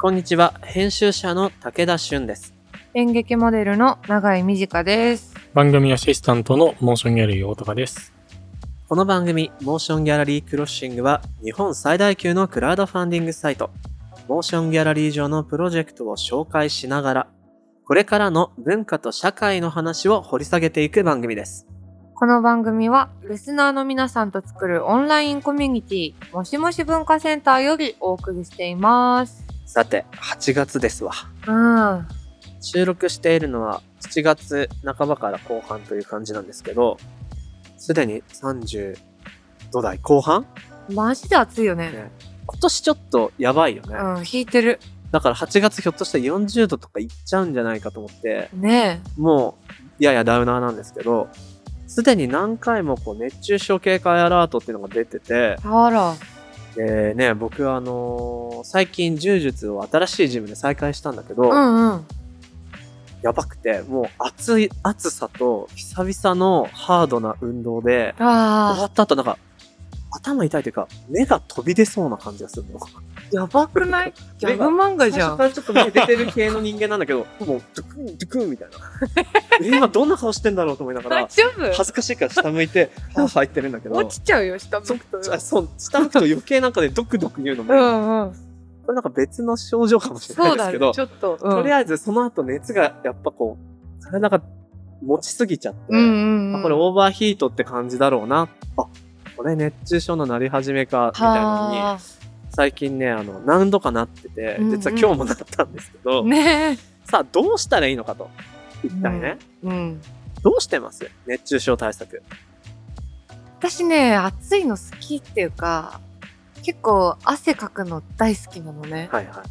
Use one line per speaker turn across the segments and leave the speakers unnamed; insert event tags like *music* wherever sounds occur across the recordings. こんにちは。編集者の武田俊です。
演劇モデルの永井美智香です。
番組アシスタントのモーションギャラリー大高です。
この番組、モーションギャラリークロッシングは、日本最大級のクラウドファンディングサイト、モーションギャラリー上のプロジェクトを紹介しながら、これからの文化と社会の話を掘り下げていく番組です。
この番組は、リスナーの皆さんと作るオンラインコミュニティ、もしもし文化センターよりお送りしています。
さて、8月ですわ。
うん。
収録しているのは7月半ばから後半という感じなんですけど、すでに30度台後半
マジで暑いよね。
今年ちょっとやばいよね。
うん、引いてる。
だから8月ひょっとしたら40度とかいっちゃうんじゃないかと思って、
ね
もうややダウナーなんですけど、すでに何回もこう熱中症警戒アラートっていうのが出てて
え。、あら。
でね、僕はあのー最近柔術を新しいジムで再開したんだけど、
うんうん。
やばくて、もう暑い、暑さと久々のハードな運動で、終わ
あ
った後なんか、頭痛いというか、目が飛び出そうな感じがするの。
ーやば
*laughs*
くないギャグ漫画じゃ
最初
ん
か。らちょっと目出てる系の人間なんだけど、
*laughs*
もう、ドゥクン、ドゥクンみたいな。 *laughs* え、今どんな顔してんだろうと思いながら、
大丈
恥ずかしいから下向いて、
*laughs*
歯入ってるんだけ
夫
ど
落、ちちゃうよ、下
そ
向くと。
あそう下向くと余計なんかでドクドク言うのも、
う
こ
んうん。
れなんか別の症状かもしれな
そ
いうです
だ
けど、
ね、ちょっと。うん
とりあえずその後熱がやっぱこう、体が持ちすぎちゃって、
うんうんう
あ
ん。
これオーバーヒートって感じだろうな。あ、これ熱中症のなり始めか、みたいなのに、
は
最近ね、あの、何度かなってて、
うんうん
実は今日もなったんですけど、
あね
さあ、どうしたらいいのかと。一体ね、
え。うん。
どうしてます熱中症対策。
私ね暑いの好きっていうか結構汗かくの大好きなのね
はいは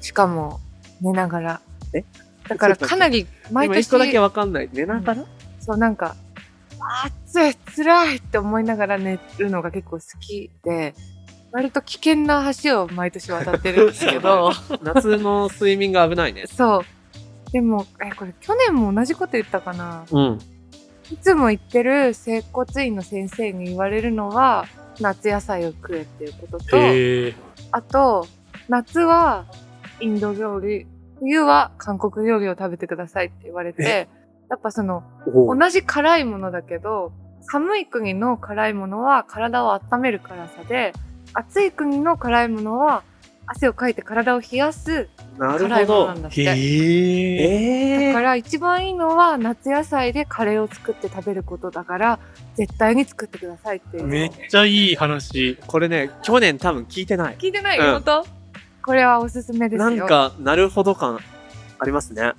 しかも寝ながら
え
だからかなり
い。
毎
今一個
年
だけわかんない。寝ながら、
そうなんか暑い辛いって思いながら寝るのが結構好きで割と危険な橋を毎年渡ってるんですけ
*laughs*
ど
夏の睡眠が危ないね。
そうでもえこれ去年も同じこと言ったかな
うん。
いつも言ってる整骨院の先生に言われるのは夏野菜を食えっていうことと、
えー、
あと、夏はインド料理、冬は韓国料理を食べてくださいって言われて、やっぱその、
お
同じ辛いものだけど、寒い国の辛いものは体を温める辛さで、暑い国の辛いものは汗をかいて体を冷やす
なる
辛い
ほ
ものな
ど。
んだって。
えー、
え
だ
え
か
ー。
ら一番いいのは夏野菜でカレーを作って食べることだから、絶対に作ってくださいっていう。
めっちゃいい話。
これね、去年多分聞いてない。
聞いてない、
うん
本当これはおすすめです
な
よ。
んか、なるほど感ありますね。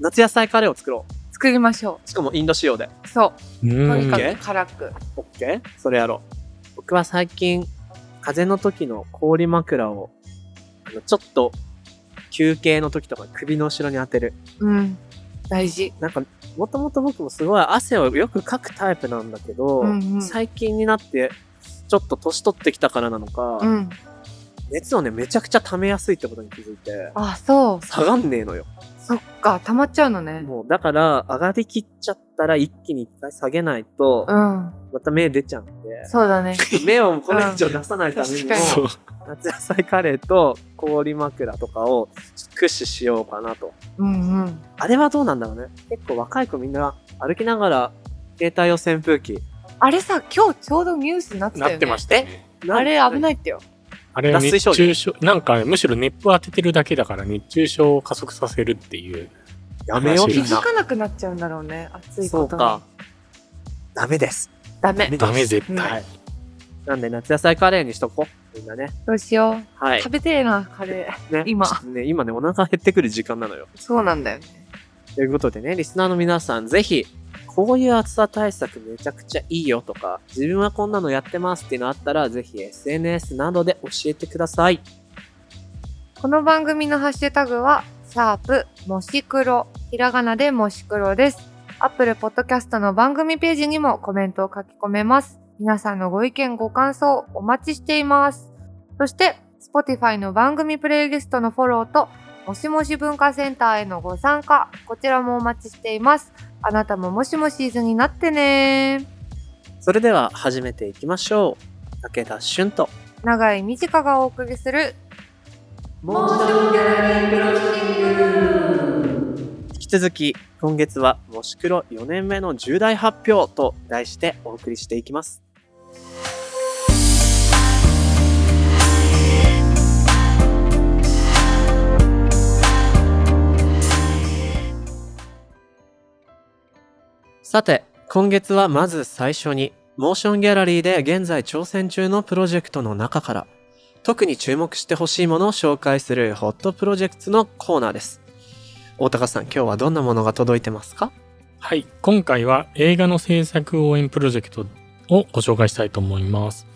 夏野菜カレーを作ろ
作りましょ
う。しかもインド仕様で。
う。そう。
う
とに
ん
か
うん
く辛く。
オッケーそれやろう。僕は最近、風邪の時の氷枕を、あのちょっと、休憩の時とか首の後ろに当てる。
うん。大事。
なんか、もともと僕もすごい汗をよくかくタイプなんだけど、
うんうん
最近になって、ちょっと年取ってきたからなのか、
うん。
熱をね、めちゃくちゃ溜めやすいってことに気づいて、
あ、そう。
下がんねえのよ。
そっか。溜まっちゃうのね。
もう、だから、上がりきっちゃったら一気に一回下げないと
う、ん。
また目出ちゃうんで、
そうだね。
目をこれ以上出さないためにも、
うん確か
そう。
夏野菜カレーと氷枕とかをちょっと駆使しようかなと。
うんうん。
あれはどうなんだろうね。結構若い子みんな歩きながら携帯用扇風機。。
あれさ、今日ちょうどニュースになってたよ
な
ね。
ってましたね。
え。あれ危ないいってよ。
あれは熱中症、なんかむしろ熱風当ててるだけだから熱中症を加速させるっていう。
やめよう
い
み
い
気
な
な。
づ
ん
かなくなっちゃうんだろうね。暑い
そ
こ
う
と
か
に。。
ダメです。
ダメ。
ダメ絶
うん
対。
はい。なんで夏野菜カレーにしとこう。みんなね。
どうしよう。
はい
食。べてえな、カレー。
ね、
今
ちょっとね、今ね、お腹減ってくる時間なのよ。
そうなんだよね。
ということでね、リスナーの皆さん、ぜひ、こういう暑さ対策めちゃくちゃいいよとか、自分はこんなのやってますっていうのあったら、ぜひ SNS などで教えてください。
この番組のハッシュタグは、シャープ、もし黒、ひらがなでもし黒です。アップルポッドキャストの番組ページにもコメントを書き込めます。皆さんのご意見、ご感想、お待ちしています。そして、Spotify の番組プレイリストのフォローと、もしもし文化センターへのご参加、こちらもお待ちしています。あなたももしもしーずになってね
それでは始めていきましょう。武田俊と
長井美智香がお送りする、
モーションギャラリークロッシング引き続き今月は「もしクロ4年目の重大発表」と題してお送りしていきますさて今月はまず最初にモーションギャラリーで現在挑戦中のプロジェクトの中から特に注目してほしいものを紹介するホットプロジェクトのコーナーです。大高さん、今日はどんなものが届いてますか
はい、今回は映画の制作応援プロジェクトをご紹介したいと思います。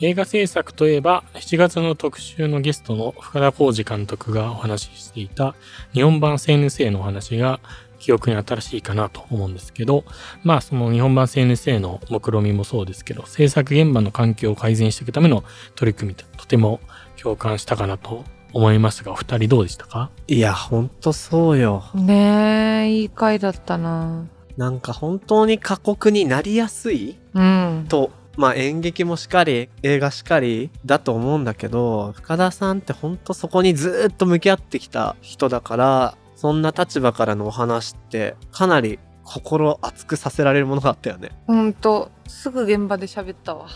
映画制作といえば、7月の特集のゲストの深田浩二監督がお話ししていた日本版 CNC のお話が記憶に新しいかなと思うんですけど、まあその日本版 CNC の目論見みもそうですけど、制作現場の環境を改善していくための取り組みととても共感したかなと思いますが、お二人どうでしたか
いや、ほんとそうよ。
ねえ、いい回だったな。
なんか本当に過酷になりやすい
うん。
と、まあ演劇もしかり、映画しかりだと思うんだけど、深田さんってほんとそこにずーっと向き合ってきた人だから、そんな立場からのお話ってかなり心熱くさせられるものがあったよ *laughs* ね。
ほんと、すぐ現場で喋ったわ。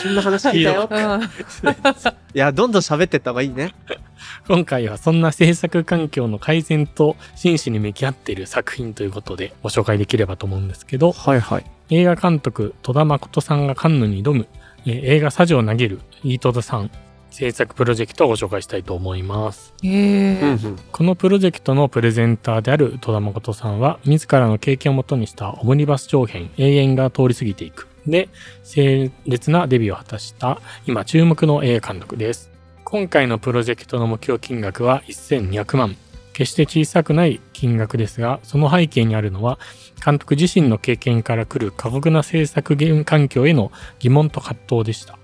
そんな話聞いたよ。
うん。
いや、どんどん喋ってった方がいいね。
今回はそんな制作環境の改善と真摯に向き合っている作品ということでご紹介できればと思うんですけど、
はいはい。
映画監督戸田誠さんがカンヌに挑む、えー映画サジを投げる飯戸田さん制作プロジェクトをご紹介したいと思います。
へえ。
このプロジェクトのプレゼンターである戸田誠さんは、自らの経験をもとにしたオムニバス長編、永遠が通り過ぎていく。で、鮮烈なデビューを果たした、今注目の映画監督です。今回のプロジェクトの目標金額は1200万。決して小さくない金額ですが、その背景にあるのは、監督自身の経験から来る過酷な制作環境への疑問と葛藤でした。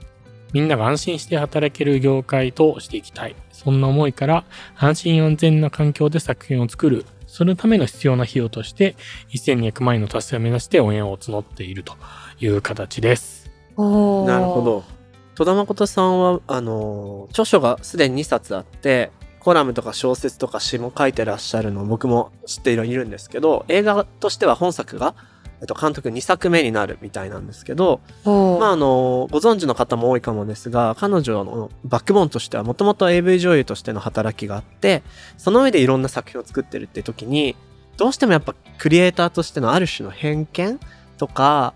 みんなが安心して働ける業界としていきたい。そんな思いから、安心安全な環境で作品を作る。そのための必要な費用として、1200万円の達成を目指して応援を募っているという形です。
おー
なるほ。ど。戸田誠さんは、あのー、著書がすでに2冊あって、コラムとか小説とか詩も書いてらっしゃるのを僕も知っているんですけど、映画としては本作が、えっと、監督2作目になるみたいなんですけど、
おー
まああのー、ご存知の方も多いかもですが、彼女のバックボーンとしてはもともと AV 女優としての働きがあって、その上でいろんな作品を作ってるって時に、どうしてもやっぱクリエイターとしてのある種の偏見とか、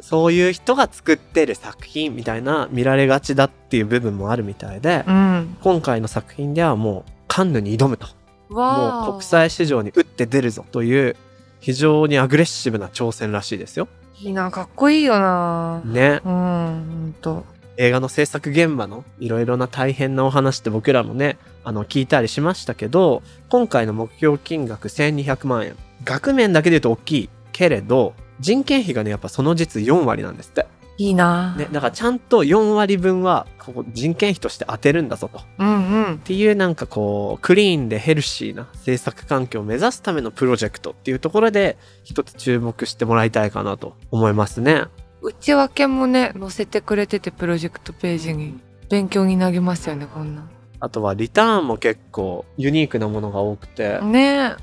そういう人が作ってる作品みたいな見られがちだっていう部分もあるみたいで、
うん。
今回の作品ではもうカンヌに挑むと、
わあ。
もう国際市場に打って出るぞという非常にアグレッシブな挑戦らしいですよ。
いいな、かっこいいよな。
ね。
うん、ほんと。
映画の制作現場のいろいろな大変なお話って僕らもね、あの、聞いたりしましたけど、今回の目標金額1200万円。額面だけで言うと大きいけれど、人件費がね、やっぱその実4割なんですって。
いいな。
ね、だからちゃんと4割分は、ここ人件費として当てるんだぞと。っ
うんうん。
ていうなんかこう、クリーンでヘルシーな制作環境を目指すためのプロジェクトっていうところで、一つ注目してもらいたいかなと思いますね。
内訳もね、載せてくれてて、プロジェクトページに。勉強になりますよね、こんな
あとはリターンも結構ユニークなものが多くて、
ん。ね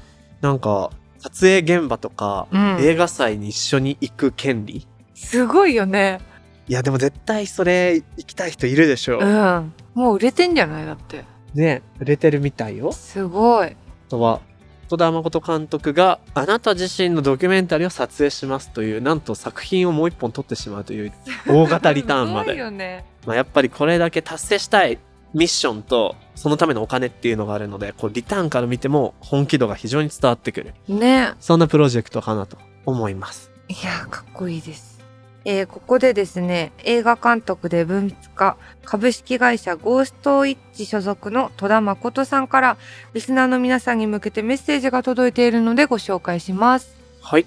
なんか、撮影現場とか、
え。うん。
映画祭に一緒に行く権利
すごいよね。
いや、でも絶対それ行きたい人いるでしょ
う。ん。もう売れてんじゃないだって。
ね、売れてるみたいよ。
すごい。
あとは、戸田誠監督があなた自身のドキュメンタリーを撮影しますという、なんと作品をもう一本撮ってしまうという大型リターン
*laughs*
ます
ごい
で。
よね。
まあ、やっぱりこれだけ達成したいミッションと、そのためのお金っていうのがあるので、こうリターンから見ても本気度が非常に伝わってくる。
ね
そんなプロジェクトかなと思います。
え。いやー、かっこいいです。えーここでですね、映画監督で文筆家、株式会社ゴーストイッチ所属の戸田誠さんから、リスナーの皆さんに向けてメッセージが届いているのでご紹介します。
はい。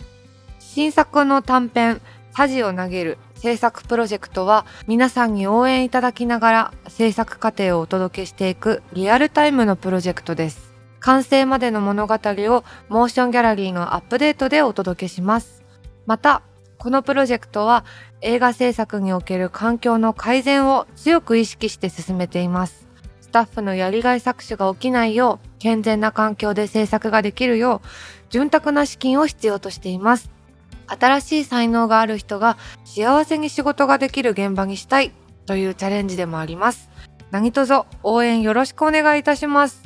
新作の短編「サジを投げる」制作プロジェクトは皆さんに応援いただきながら制作過程をお届けしていくリアルタイムのプロジェクトです完成までの物語をモーションギャラリーのアップデートでお届けしますまたこのプロジェクトは映画制作における環境の改善を強く意識して進めていますスタッフのやりがい搾取が起きないよう、健全な環境で制作ができるよう、潤沢な資金を必要としています。新しい才能がある人が幸せに仕事ができる現場にしたいというチャレンジでもあります。何卒応援よろしくお願いいたします。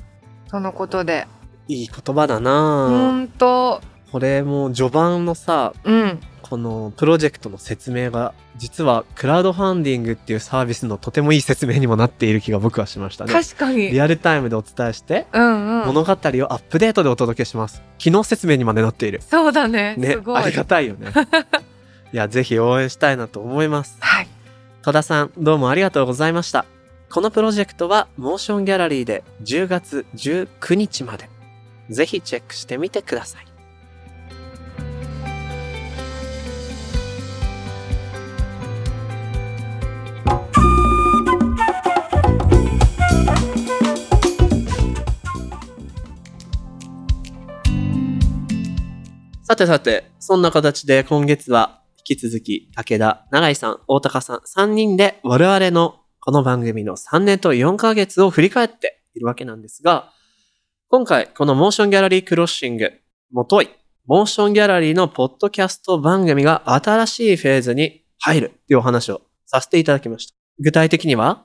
とのことで、
いい言葉だ
う
な、
ーんと、
これもう序盤のさ、
うん、
このプロジェクトの説明が、実はクラウドファンディングっていうサービスのとてもいい説明にもなっている気が僕はしましたね。
確かに。
リアルタイムでお伝えして、
うんうん。
物語をアップデートでお届けします。機能説明にまでなっている。
そうだね。
ね
す、ごい。
ありがたいよ
*laughs*
ね。いや、ぜひ応援したいなと思います。
はい。
戸田さん、どうもありがとうございました。このプロジェクトは、モーションギャラリーで10月19日まで。ぜひチェックしてみてください。さてさて、そんな形で今月は引き続き武田、永井さん、大高さん3人で我々のこの番組の3年と4ヶ月を振り返っているわけなんですが、今回このモーションギャラリークロッシング、もとい、モーションギャラリーのポッドキャスト番組が新しいフェーズに入るっていうお話をさせていただきました。具体的には、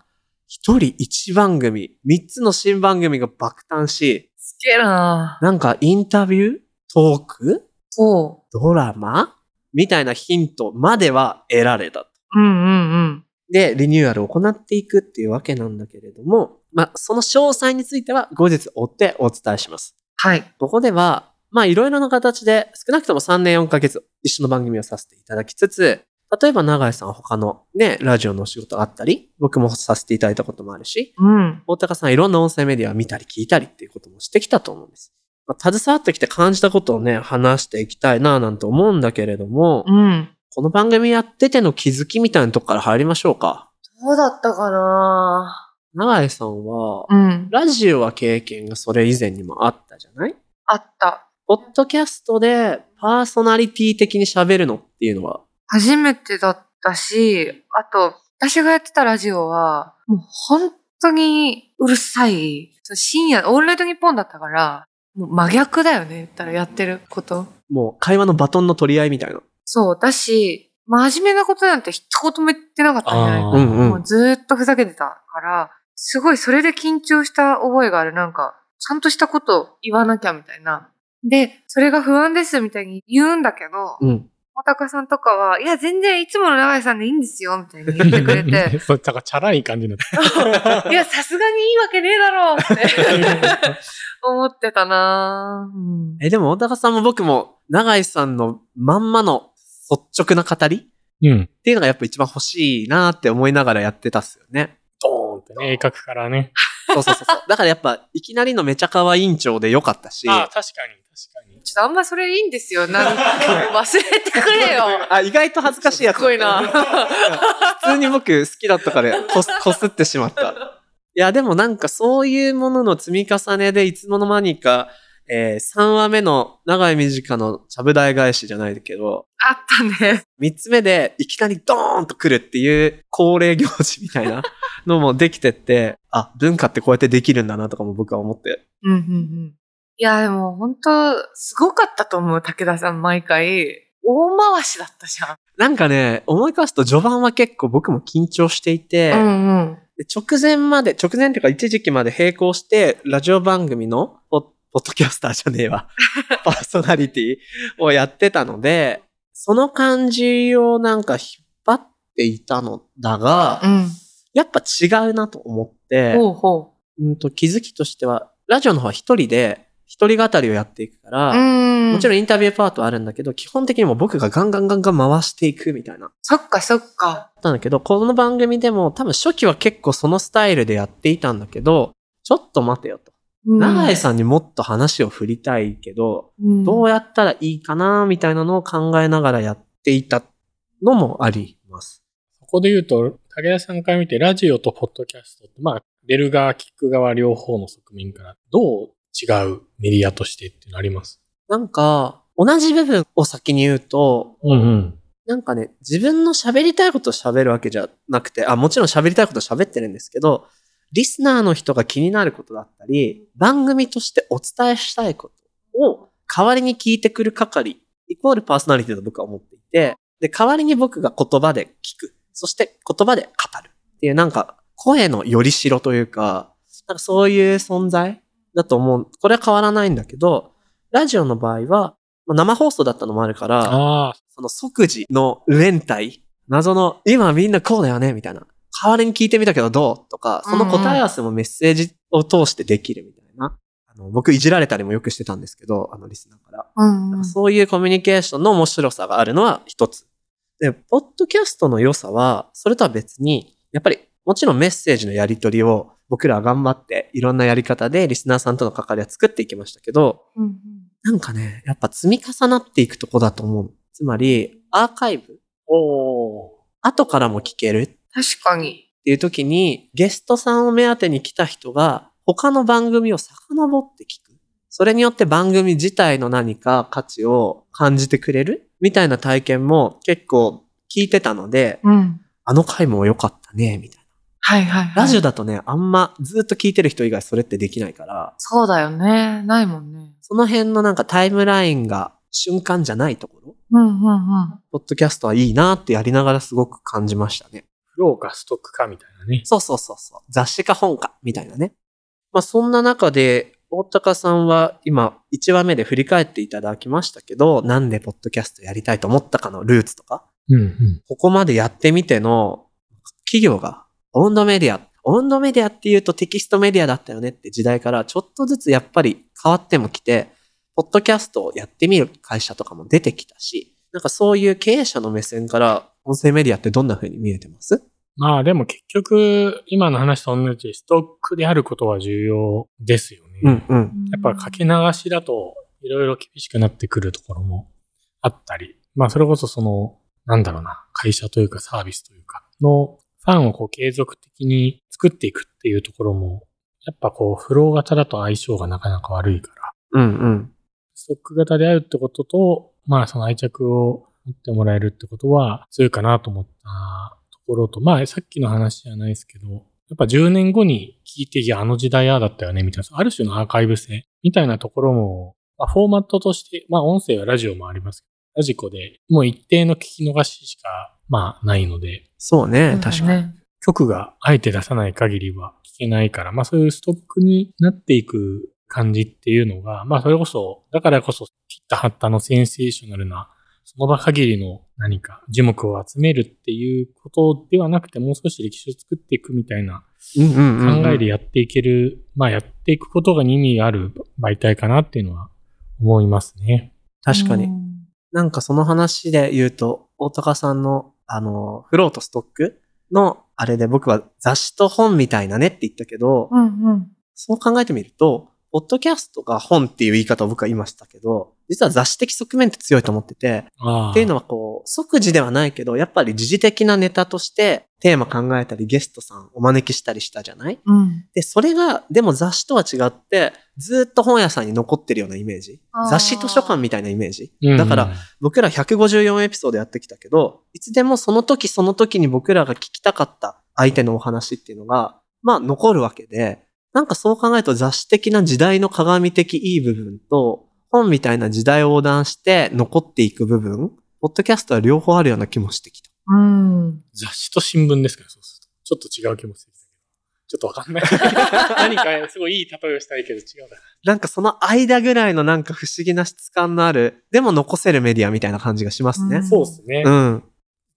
1人1番組、3つの新番組が爆誕し、
すげえな
なんかインタビュートーク
そ
ドラマみたいなヒントまでは得られた。
う。うんうんうん。
で、リニューアルを行っていくっていうわけなんだけれども、まあ、その詳細については後日追ってお伝えします。
はい。
ここでは、まあ、いろいろな形で少なくとも3年4ヶ月一緒の番組をさせていただきつつ、例えば永井さんは他のね、ラジオのお仕事があったり、僕もさせていただいたこともあるし、
うん。
大高さんいろんな音声メディアを見たり聞いたりっていうこともしてきたと思うんです。まあ、携わってきて感じたことをね、話していきたいなぁなんて思うんだけれども、
うん。
この番組やってての気づきみたいなとこから入りましょうか。
どうだったかな
永井さんは、
うん。
ラジオは経験がそれ以前にもあったじゃない
あった。
ポッドキャストでパーソナリティ的に喋るのっていうのは、
初めてだったし、あと、私がやってたラジオは、もう本当にうるさい。そう深夜、オールナイトニッポンだったから、もう真逆だよね、言ったらやってること。
もう会話のバトンの取り合いみたいな。
そう、だし、真面目なことなんて一言も言ってなかったんじゃない
あ
か
う
ー
んう
も
ん
う。ずーっとふざけてたから、すごいそれで緊張した覚えがある。なんか、ちゃんとしたことを言わなきゃみたいな。で、それが不安ですみたいに言うんだけど、
うん。
大高さんとかは、いや、全然いつもの長井さんでいいんですよ、みたいに言ってくれ
*laughs*
て、
*laughs* そう、だからチャラい感じになって
いや、さすがにいいわけねえだろうって *laughs* 思ってたなぁうん
え、でも大高さんも僕も、永井さんのまんまの率直な語り
る。うん。
っていうのがやっぱ一番欲しいなって思いながらやってたっすよね。ドーンってね
鋭角からね。
そうそうそうそう。だからやっぱ、いきなりのめちゃかわ委員長でよかったし。
*laughs* ああ、確かに、確かに。
ちょっとあんまそれいいんですよ。なん
*laughs*
か忘れてくれよ。
あ、意外と恥ずかしいやつ。
すごいな
普通に僕好きだったからこ
*laughs*
す、こすってしまった。いや、でもなんかそういうものの積み重ねでいつもの間にか、えー、3話目の長い短のちゃぶ台返しじゃないけど、
あったね。
3つ目でいきなりドーンと来るっていう恒例行事みた
*laughs*
いなのもできてって、あ、文化ってこうやってできるんだなとかも僕は思って。
うんうんうん。いや、でも本当、すごかったと思う、武田さん、毎回。大回しだったじゃ
なんかね、思い返すと序盤は結構僕も緊張していて、
ん。うんうん。
で直前まで、直前というか一時期まで並行して、ラジオ番組のポッ、ポッドキャスターじゃねえ
*laughs*
わ。パーソナリティをやってたので、その感じをなんか引っ張っていたのだが、
うん。
やっぱ違うなと思って、
ほうほ
うんと気づきとしては、ラジオの方は一人で、一人語りをやっていくか
う。
ら、
ん
もちろ
ん。
んインタビューパートはあるんだけど、基本的にもう僕がガンガンガンガン回していくみたいな。
そっかそっか。
だったんだけど、この番組でも多分初期は結構そのスタイルでやっていたんだけど、ちょっと待てよと。長井さんにもっと話を振りたいけど、
うん、
どうやったらいいかなみたいなのを考えながらやっていたのもあります。
そこで言うと、武田さんから見て、ラジオとポッドキャストって、まあ、出る側、聞く側両方の側面から、どう違うメディアとしてっていうのあります
なんか、同じ部分を先に言うと、
うんうん。
なんかね、自分の喋りたいことを喋るわけじゃなくて、あ、もちろん喋りたいことを喋ってるんですけど、リスナーの人が気になることだったり、番組としてお伝えしたいことを代わりに聞いてくる係、イコールパーソナリティだと僕は思っていて、で、代わりに僕が言葉で聞く。そして言葉で語る。っていうなんか、声のよりしろというか、なんかそういう存在だと思う。これは変わらないんだけど、ラジオの場合は、まあ生放送だったのもあるから、
ああ、
その即時の連帯、謎の、今みんなこうだよねみたいな。代わりに聞いてみたけどどうとか、その答え合わせもメッセージを通してできるみたいな。あの僕いじられたりもよくしてたんですけど、あのリスナーから。
うんうん。
そういうコミュニケーションの面白さがあるのは一つ。で、ポッドキャストの良さは、それとは別に、やっぱり、もちろんメッセージのやり取りを僕らは頑張って、いろんなやり方でリスナーさんとの関わりは作っていきましたけど、
うんうん
なんかね、やっぱ積み重なっていくとこだと思う。つまり、アーカイブを後からも聞けるっ
確かに。
ていう時に、ゲストさんを目当てに来た人が、他の番組を遡って聞く。それによって番組自体の何か価値を感じてくれるみたいな体験も結構聞いてたので、
うん。
あの回も良かったね、みたい
はいはい、はい。
な。ラジオだとね、あんまずっと聞いてる人以外それってできないから、
そうだよね。ないもんね。
その辺のなんかタイムラインが瞬間じゃないところ
うんうんうん。
ポッドキャストはいいなってやりながらすごく感じましたね。
フローかストックかみたいなね。
そうそうそうそう。雑誌か本か、みたいなね。まあそんな中で、大高さんは今1話目で振り返っていただきましたけど、なんでポッドキャストやりたいと思ったかのルーツとか、
うんうん。
ここまでやってみての企業がオウンドメディア、オウンドメディアっていうとテキストメディアだったよねって時代からちょっとずつやっぱり変わってもきて、ポッドキャストをやってみる会社とかも出てきたし、なんかそういう経営者の目線から音声メディアってどんな風に見えてます
まあでも結局、今の話と同じでストックであることは重要ですよね。
うん。
やっぱかけ流しだといろいろ厳しくなってくるところもあったり、まあそれこそその、なんだろうな、会社というかサービスというかのファンをこう継続的に作っていくっていうところも、やっぱこうフロー型だと相性がなかなか悪いから、
うんうん。
ストック型であるってことと、まあその愛着を持ってもらえるってことは強いかなと思ったところと、まあさっきの話じゃないですけど、やっぱ10年後に聞いて、いや、あの時代ああだったよね、みたいな、ある種のアーカイブ性みたいなところも、まあ、フォーマットとして、まあ音声はラジオもありますけど、ラジコでもう一定の聞き逃ししか、まあないので、
そうね、確かに。
に。
曲があえて出さない限りは聞けないから、まあそういうストックになっていく感じっていうのが、まあそれこそ、だからこそ切った張ったのセンセーショナルな、その場限りの何か樹木を集めるっていうことではなくて、もう少し歴史を作っていくみたいな
うんうんうんうん
考えでやっていける、まあやっていくことが意味ある媒体かなっていうのは思いますね。
確か
う
に。
ん。
なんかその話で言うと、大高さんの、あの、フローとストックの、あれで僕は雑誌と本みたいなねって言ったけど、
うんうん。
そう考えてみると、ポッドキャストが本っていう言い方を僕は言いましたけど、実は雑誌的側面って強いと思ってて、
ああ。
っていうのはこう、即時ではないけど、やっぱり時事的なネタとして、テーマ考えたり、ゲストさんお招きしたりしたじゃない
うん。
で、それが、でも雑誌とは違って、ずーっと本屋さんに残ってるようなイメージ
あー。
雑誌図書館みたいなイメージ。
うん
だから、、僕ら154エピソードやってきたけど、いつでもその時その時に僕らが聞きたかった相手のお話っていうのが、まあ残るわけで、なんかそう考えると雑誌的な時代の鏡的いい部分と、本みたいな時代を横断して残っていく部分、ポッドキャストは両方あるような気もしてきた。
うん。
雑誌と新聞ですから、そうすると。ちょっと違う気持ちでするちょっとわかんない。
*laughs*
何かすごいいい例えをしたいけど違うな。
なんかその間ぐらいのなんか不思議な質感のある、でも残せるメディアみたいな感じがしますね。
そうですね。
うん。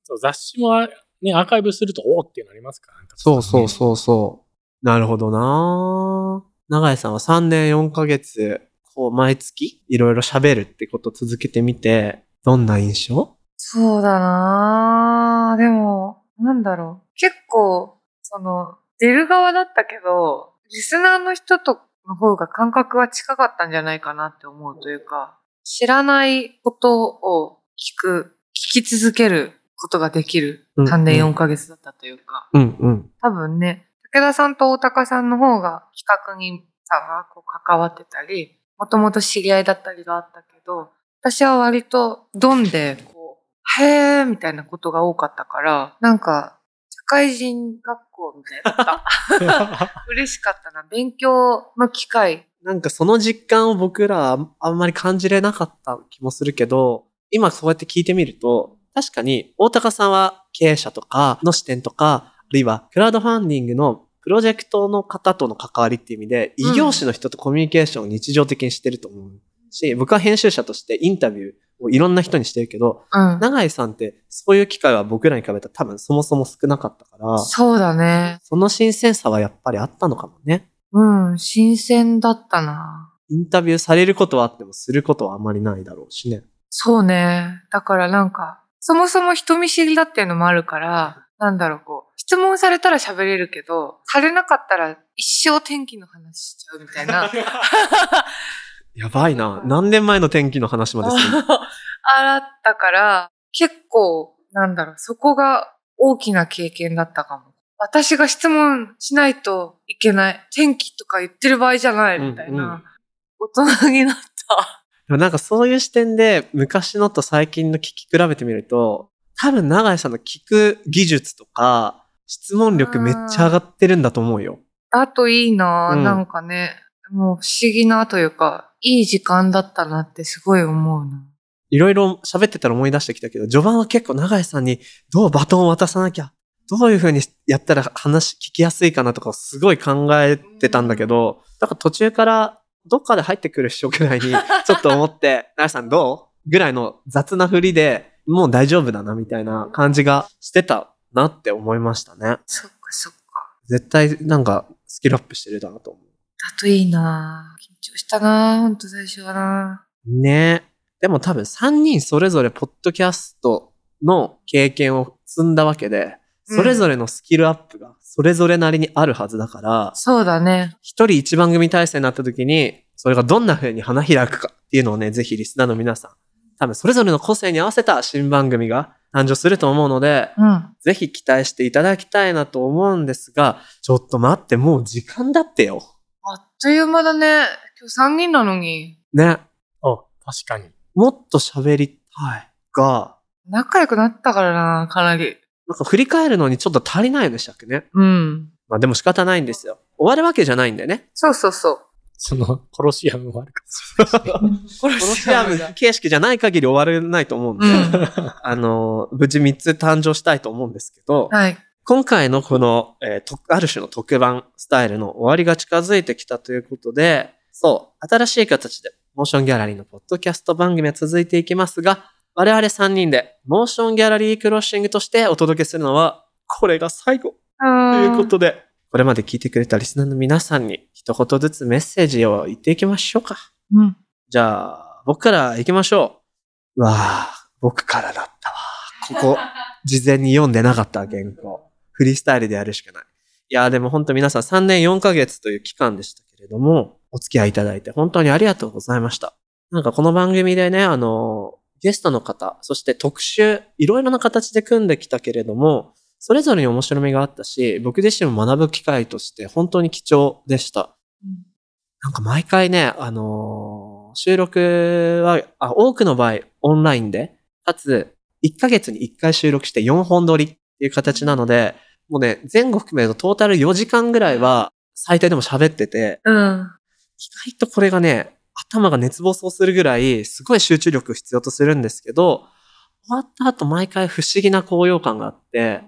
そう雑誌もあね、アーカイブすると、おーっていうのありますから、ね、
そうそう
*laughs*
そうそう。なるほどな長井さんは3年4ヶ月、こう毎月いろいろ喋るってことを続けてみて、どんな印象
そうだなぁ。でも、なんだろう。結構、その、出る側だったけど、リスナーの人との方が感覚は近かったんじゃないかなって思うというか、知らないことを聞く、聞き続けることができる
うん
3年4ヶ月だったというか、
うんうん。
多分ね、武田さんと大高さんの方が企画にさんがこう関わってたり、もともと知り合いだったりがあったけど、私は割とドンでこう、へーみたいなことが多かったから、なんか、会人学校みたいな *laughs* のが嬉しかったな。勉強の機会。
なんかその実感を僕らああんまり感じれなかった気もするけど、今そうやって聞いてみると、確かに大高さんは経営者とかの視点とか、あるいはクラウドファンディングのプロジェクトの方との関わりっていう意味で、
うん
異業種の人とコミュニケーションを日常的にしてると思うし、僕は編集者としてインタビューをいろんな人にしてるけど、
うん。
永井さんってそういう機会は僕らに比べたら多分そもそも少なかったから、
そうだね。
その新鮮さはやっぱりあったのかもね。
うん、新鮮だったな。
インタビューされることはあってもすることはあんまりないだろうしね。
そうね。だからなんか、そもそも人見知りだっていうのもあるから、なんだろう、こう、質問されたら喋れるけど、されなかったら一生天気の話しちゃうみたいな。
やばいな。何年前の天気の話 *laughs* までする
*laughs* あったから、結構、なんだろう、そこが大きな経験だったかも。私が質問しないといけない。天気とか言ってる場合じゃない、みたい
うんうん
な。大人になった。
でもなんかそういう視点で昔のと最近の聞き比べてみると、多分永井さんの聞く技術とか、質問力めっちゃ上がってるんだと思うよ。
あといいな、
うん
なんかね、もう不思議なというか、いい時間だったなってすごい思うな。
いろいろ喋ってたら思い出してきたけど、序盤は結構永井さんにどうバトンを渡さなきゃ、どういう風にやったら話聞きやすいかなとかをすごい考えてたんだけど、だから途中からどっかで入ってくる人くらいにちょっと思って、永井さんどうぐらいの雑な振りで、もう大丈夫だなみたいな感じがしてたなって思いましたね。
そっかそっか。
絶対なんかスキルアップしてるだなと思う。
だといいな緊張したなほんと最初はな
ねえ。でも多分3人それぞれポッドキャストの経験を積んだわけで、
うん
それぞれのスキルアップがそれぞれなりにあるはずだから、
そうだね。
一人一番組体制になった時に、それがどんな風に花開くかっていうのをね、ぜひリスナーの皆さん、多分それぞれの個性に合わせた新番組が誕生すると思うので、
うん。
ぜひ期待していただきたいなと思うんですが、ちょっと待って、もう時間だってよ。
あっという間だね。今日3人なのに。
ね。
お確かに。
もっと喋りたいが、
仲良くなったからなかなり。
なんか振り返るのにちょっと足りないんでしたっけね。
うん。
まあでも仕方ないんですよ。終わるわけじゃないんでね。
そうそうそう。
その、コロシアムもあるか
コロ
このシアム形式じゃない限り終われないと思うんで、 *laughs*
うん。
あの、無事3つ誕生したいと思うんですけど、
はい。
今回のこの、えーとある種の特番スタイルの終わりが近づいてきたということで、そう、新しい形で、モーションギャラリーのポッドキャスト番組は続いていきますが、我々3人で、モーションギャラリークロッシングとしてお届けするのは、これが最後
と
と
い
いうことで、これまで聞いてくれたリスナーの皆さんに一言ずつメッセージを言っていきましょうか。
うん。
じゃあ、僕から行きましょう。うわあ、僕からだったわ。ここ、事前に読んでなかった原稿。フリースタイルでやるしかない。いやーでも本当皆さん3年4ヶ月という期間でしたけれども、お付き合いいただいて本当にありがとうございました。なんかこの番組でね、あのー、ゲストの方、そして特集、いろいろな形で組んできたけれども、それぞれに面白みがあったし、僕自身も学ぶ機会として本当に貴重でした。なんか毎回ね、あのー収録はあ、多くの場合オンラインで、かつ1ヶ月に1回収録して4本撮りっていう形なので、もうね、全国含めるとトータル4時間ぐらいは最低でも喋ってて、
うん。
意外とこれがね、頭が熱暴走するぐらい、すごい集中力を必要とするんですけど、終わった後毎回不思議な高揚感があって、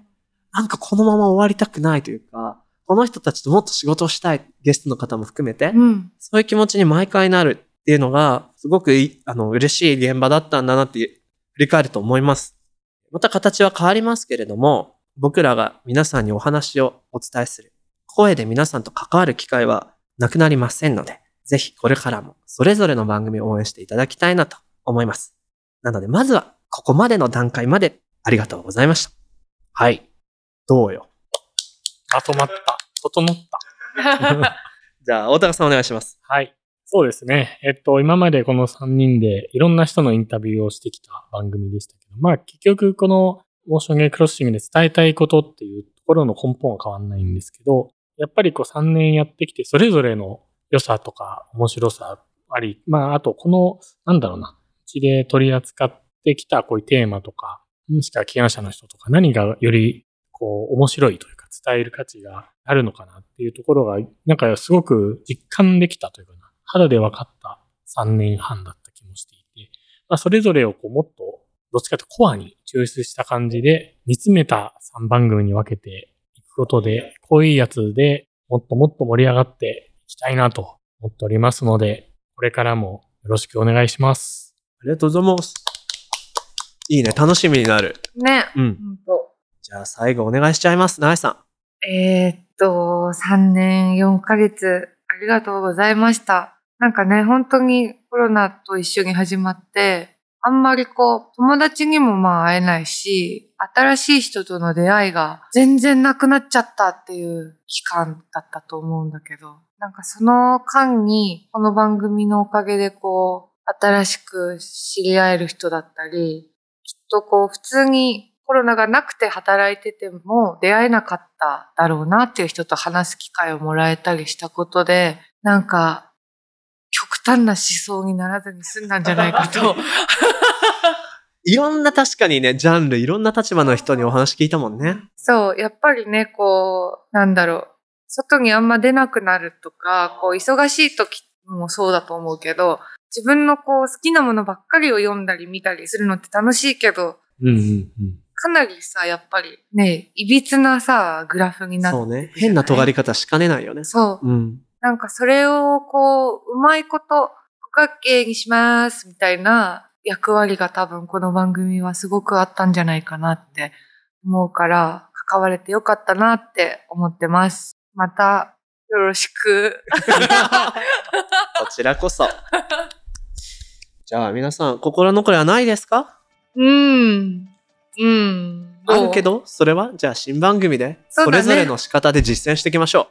なんかこのまま終わりたくないというか、この人たちともっと仕事をしたい、ゲストの方も含めて、
うん。 *laughs*
そういう気持ちに毎回なるっていうのが、すごくいあの嬉しい現場だったんだなって振り返ると思います。また形は変わりますけれども、僕らが皆さんにお話をお伝えする、声で皆さんと関わる機会はなくなりませんので、ぜひこれからもそれぞれの番組を応援していただきたいなと思います。なので、まずはここまでの段階までありがとうございました。はい。どうよ。
ら。まとまった。整った。
じゃあ、大高さんお願いします。
はい。そうですね。えっと、今までこの3人でいろんな人のインタビューをしてきた番組でしたけど、まあ結局このモーションゲークロッシングで伝えたいことっていうところの根本は変わんないんですけど、やっぱりこう3年やってきてそれぞれの良さとか面白さあり、まああとこの、なんだろうな、うちで取り扱ってきたこういうテーマとか、もしくは起案者の人とか何がよりここう、面白いというか、伝える価値があるのかなっていうところが、なんかすごく実感できたというかな、肌で分かった3年半だった気もしていて、まあ、それぞれをこう、もっと、どっちかというとコアに抽出した感じで、煮詰めた3番組に分けていくことで、こういうやつでもっともっと盛り上がっていきたいなと思っておりますので、これからもよろしくお願いします。
ありがとうございます。いいね、楽しみになる。
ね。
うん。
ほんと。
じゃあ最後お願いしちゃいます、長井さん。
えーっと、3年4ヶ月、ありがとうございました。なんかね、本当にコロナと一緒に始まって、あんまりこう、友達にもまあ会えないし、新しい人との出会いが全然なくなっちゃったっていう期間だったと思うんだけど、なんかその間に、この番組のおかげでこう、新しく知り合える人だったり、きっとこう普通にコロナがなくて働いてても出会えなかっただろうなっていう人と話す機会をもらえたりしたことで、なんか極端な思想にならずに済んだんじゃない
*laughs*
かと。
いろんな確かにね、ジャンル、いろんな立場の人にお話聞いたもんね。
そう、やっぱりね、こう、なんだろう。外にあんま出なくなるとか、こう、忙しい時もそうだと思うけど、自分のこう、好きなものばっかりを読んだり見たりするのって楽しいけど、
うんうんうん。
かなりさ、やっぱりね、いびつなさ、グラフになって
そうね。変な尖り方しかねないよね。
そ
*laughs*
う。
うん。
なんかそれをこう、うまいこと、五角形にします、みたいな役割が多分この番組はすごくあったんじゃないかなって思うから、関われてよかったなって思ってます。また、よろしく。
こちらこそ。じゃあ皆さん、心残りはないですか
うん。うん。
あるけ。ど、それは、じゃあ新番組で、
そ
そう
だ
れ
ね
ぞれの仕方で実践していきましょ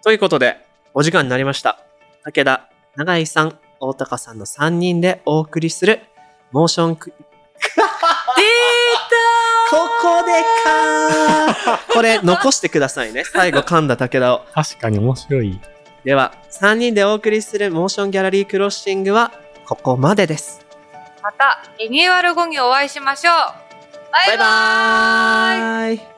う。ということで、お時間になりました。武田、永井さん、大高さんの3人でお送りする、モーション *laughs* ク、
出
ここでかーこれ、残してください *laughs* ね。最後噛んだ武田を。
確かに面白い。
では、3人でお送りするモーションギャラリークロッシングは、ここまでです。
たまた、リニューアル後にお会いしましょうバイバ
バイバーイ